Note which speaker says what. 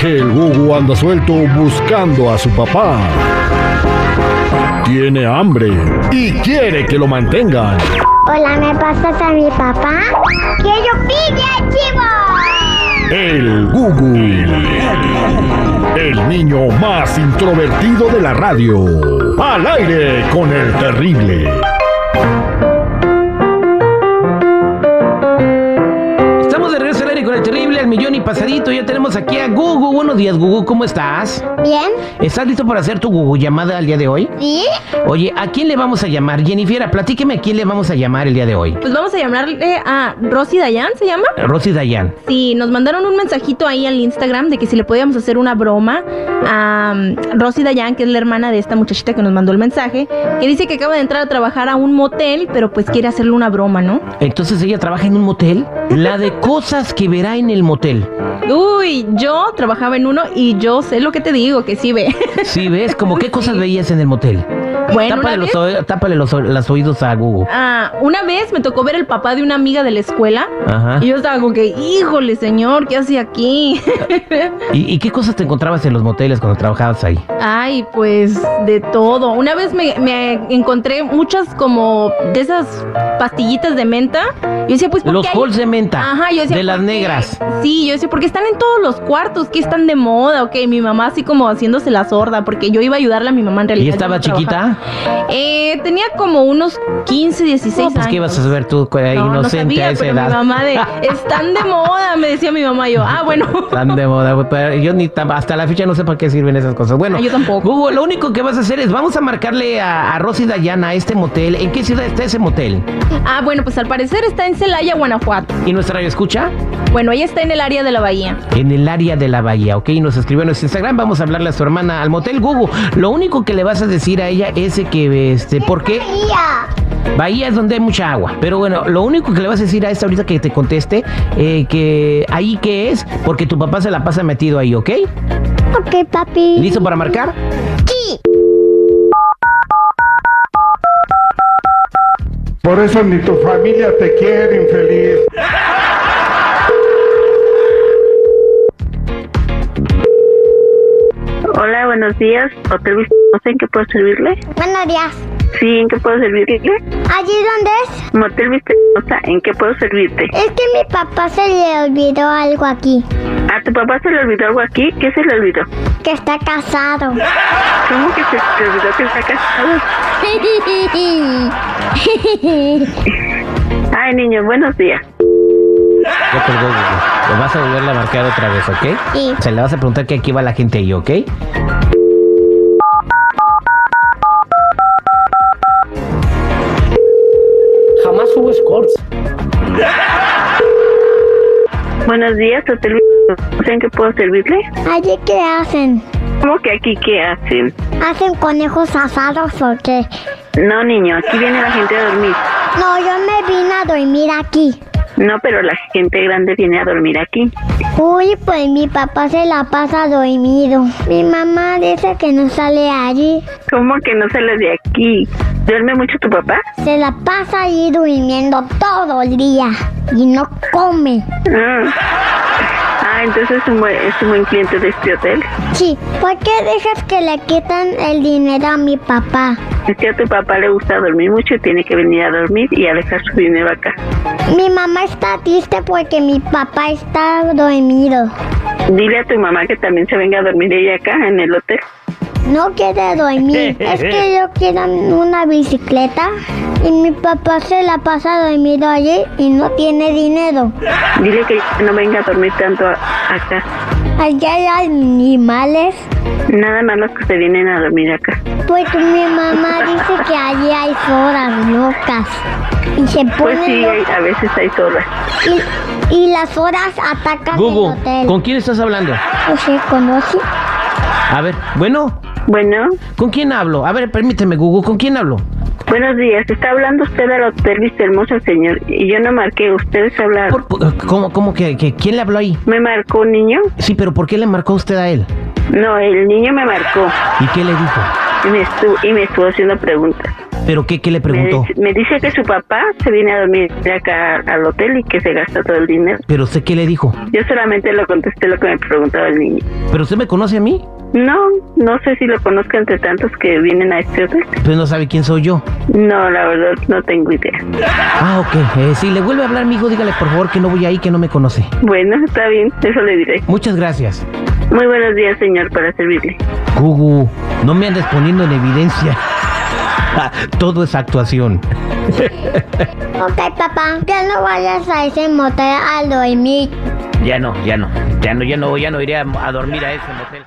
Speaker 1: que el Gugu anda suelto buscando a su papá. Tiene hambre y quiere que lo mantengan.
Speaker 2: Hola, ¿me pasas a mi papá? ¡Que yo pille el chivo!
Speaker 1: El Gugu. El niño más introvertido de la radio. Al aire con el terrible.
Speaker 3: Estamos de regreso al aire con el terrible, al millón y pasadito. Ya tenemos aquí a Gugu. Buenos días, Gugu. ¿Cómo estás?
Speaker 2: ¿Bien?
Speaker 3: ¿Estás listo para hacer tu Gugu llamada al día de hoy?
Speaker 2: ¿Sí?
Speaker 3: Oye, ¿a quién le vamos a llamar? Jennifer, platíqueme a quién le vamos a llamar el día de hoy.
Speaker 4: Pues vamos a llamarle a Rosy Dayan, ¿se llama?
Speaker 3: Rosy Dayan.
Speaker 4: Sí, nos mandaron un mensajito ahí al Instagram de que si le podíamos hacer una broma a mm, Rosy Dayan, que es la hermana de esta muchachita que nos mandó el mensaje, que dice que acaba de entrar a trabajar a un motel, pero pues quiere hacerle una broma, ¿no?
Speaker 3: Entonces ella trabaja en un motel. La de cosas que verá en el motel.
Speaker 4: Uy, yo trabajaba en uno y yo sé lo que te digo, que sí ve.
Speaker 3: Sí, ¿ves? Como qué cosas veías en el motel.
Speaker 4: Bueno,
Speaker 3: tápale los,
Speaker 4: una vez-
Speaker 3: oe- tápale los, o- las oídos a Gugu.
Speaker 4: Ah, una vez me tocó ver el papá de una amiga de la escuela
Speaker 3: Ajá.
Speaker 4: y yo estaba como que, híjole señor, ¿qué hace aquí?
Speaker 3: ¿Y, y qué cosas te encontrabas en los moteles cuando trabajabas ahí?
Speaker 4: Ay, pues de todo. Una vez me, me encontré muchas como de esas pastillitas de menta. Yo decía, pues ¿por
Speaker 3: Los
Speaker 4: qué hay-
Speaker 3: halls de menta.
Speaker 4: Ajá, yo decía,
Speaker 3: De las
Speaker 4: ¿por qué?
Speaker 3: negras.
Speaker 4: Sí, yo decía, porque están en todos los cuartos, que están de moda, ok. Mi mamá así como haciéndose la sorda, porque yo iba a ayudarle a mi mamá en realidad.
Speaker 3: ¿Y
Speaker 4: yo
Speaker 3: estaba
Speaker 4: no trabajaba.
Speaker 3: chiquita?
Speaker 4: Eh, tenía como unos 15, 16
Speaker 3: No, pues
Speaker 4: años.
Speaker 3: qué ibas a saber tú, cu-
Speaker 4: No, no
Speaker 3: inocente
Speaker 4: sabía,
Speaker 3: a esa
Speaker 4: pero
Speaker 3: edad.
Speaker 4: mi mamá de, están de moda, me decía mi mamá, yo, ah, bueno.
Speaker 3: Tan de moda, pero yo ni tam- hasta la fecha no sé para qué sirven esas cosas. Bueno,
Speaker 4: Ah, yo tampoco.
Speaker 3: Hugo, lo único que vas a hacer es vamos a marcarle a, a Rosy Dayana a este motel. ¿En qué ciudad está ese motel?
Speaker 4: Ah, bueno, pues al parecer está en Celaya, Guanajuato.
Speaker 3: ¿Y nuestra radio escucha?
Speaker 4: Bueno, ella está en el área de la bahía.
Speaker 3: en el área de la bahía, ¿ok? Nos escribió en nuestro Instagram, vamos a hablarle a su hermana al motel Gugu. Lo único que le vas a decir a ella es de que, este, ¿por qué?
Speaker 2: Tía,
Speaker 3: Bahía es donde hay mucha agua. Pero bueno, lo único que le vas a decir a esta ahorita que te conteste, eh, que ahí qué es, porque tu papá se la pasa metido ahí, ¿ok?
Speaker 2: Ok, papi.
Speaker 3: ¿Listo para marcar?
Speaker 2: Sí.
Speaker 5: Por eso ni tu familia te quiere, infeliz.
Speaker 6: Hola, buenos días. Hotel Vista- no sé en qué puedo servirle.
Speaker 2: Buenos días.
Speaker 6: Sí, en qué puedo servirle.
Speaker 2: ¿Allí dónde es?
Speaker 6: Motel Vista- o sea, en qué puedo servirte.
Speaker 2: Es que mi papá se le olvidó algo aquí.
Speaker 6: ¿A tu papá se le olvidó algo aquí? ¿Qué se le olvidó?
Speaker 2: Que está casado.
Speaker 6: ¿Cómo que se te olvidó que está casado? Ay, niño, buenos días.
Speaker 3: Ya colgó Gugu. Lo vas a volverle a marcar otra vez, ¿ok?
Speaker 2: Sí.
Speaker 3: Se le vas a preguntar que aquí va la gente ahí, ¿ok? Jamás hubo scores.
Speaker 6: Buenos días, Hotel Vista- no sé en qué puedo servirle.
Speaker 2: ¿Allí qué hacen?
Speaker 6: ¿Cómo que aquí qué hacen?
Speaker 2: ¿Hacen conejos asados o qué?
Speaker 6: No, niño, aquí viene la gente a dormir.
Speaker 2: No, yo me vine a dormir aquí.
Speaker 6: No, pero la gente grande viene a dormir aquí.
Speaker 2: Uy, pues mi papá se la pasa dormido. Mi mamá dice que no sale allí.
Speaker 6: ¿Cómo que no sale de aquí? ¿Duerme mucho tu papá?
Speaker 2: Se la pasa allí durmiendo todo el día y no come.
Speaker 6: Ah, Ah, entonces es un, buen, es un buen cliente de este hotel.
Speaker 2: Sí, ¿por qué dejas que le quitan el dinero a mi papá?
Speaker 6: Es que a tu papá le gusta dormir mucho y tiene que venir a dormir y a dejar su dinero acá.
Speaker 2: Mi mamá está triste porque mi papá está dormido.
Speaker 6: Dile a tu mamá que también se venga a dormir ella acá en el hotel.
Speaker 2: No quiere dormir. Es que yo quiero una bicicleta y mi papá se la pasa dormido allí y no tiene dinero.
Speaker 6: Dile que no venga a dormir tanto a- acá.
Speaker 2: Allá hay animales.
Speaker 6: Nada más los que se vienen a dormir acá.
Speaker 2: Pues mi mamá dice que allí hay horas locas. Y se
Speaker 6: Pues
Speaker 2: ponen
Speaker 6: sí, hay-
Speaker 2: locas
Speaker 6: a veces hay solas.
Speaker 2: y, y las horas atacan
Speaker 3: Gugu,
Speaker 2: el hotel.
Speaker 3: ¿con quién estás hablando?
Speaker 2: ¿O se conoce?
Speaker 3: A ver, bueno,
Speaker 6: Bueno,
Speaker 3: ¿con quién hablo? A ver, permíteme, Gugu, ¿con quién hablo?
Speaker 6: buenos días. Está hablando usted al hotel Vista Hermosa, señor. Y yo no marqué. Ustedes hablaron.
Speaker 3: Por- por- ¿Cómo, cómo que, que- quién le habló ahí?
Speaker 6: ¿Me marcó un niño?
Speaker 3: Sí, pero ¿por qué le marcó usted a él?
Speaker 6: No, el niño me marcó.
Speaker 3: ¿Y qué le dijo?
Speaker 6: Y me estuvo, y me estuvo haciendo preguntas.
Speaker 3: ¿Pero qué, qué le
Speaker 6: Me,
Speaker 3: preguntó?
Speaker 6: dice- me dice que su papá se viene a dormir acá al hotel y que se gasta todo el dinero.
Speaker 3: ¿Pero usted qué le dijo?
Speaker 6: Yo solamente lo contesté lo que me preguntaba el niño.
Speaker 3: ¿Pero usted me conoce a mí?
Speaker 6: No, no sé si lo conozco entre tantos que vienen a este hotel.
Speaker 3: Pues no sabe quién soy yo.
Speaker 6: No, la verdad no tengo idea.
Speaker 3: Ah, ok. Eh, si le vuelve a hablar mi hijo, dígale por favor que no voy ahí, que no me conoce.
Speaker 6: Bueno, está bien, eso le diré.
Speaker 3: Muchas gracias.
Speaker 6: Muy buenos días, señor, para servirle.
Speaker 3: Gugu, no me andes poniendo en evidencia. Todo es actuación.
Speaker 2: Ok, papá, ya no vayas a ese motel a dormir.
Speaker 3: Ya no, ya no. Ya no, ya no, ya no iré a, a dormir a ese motel.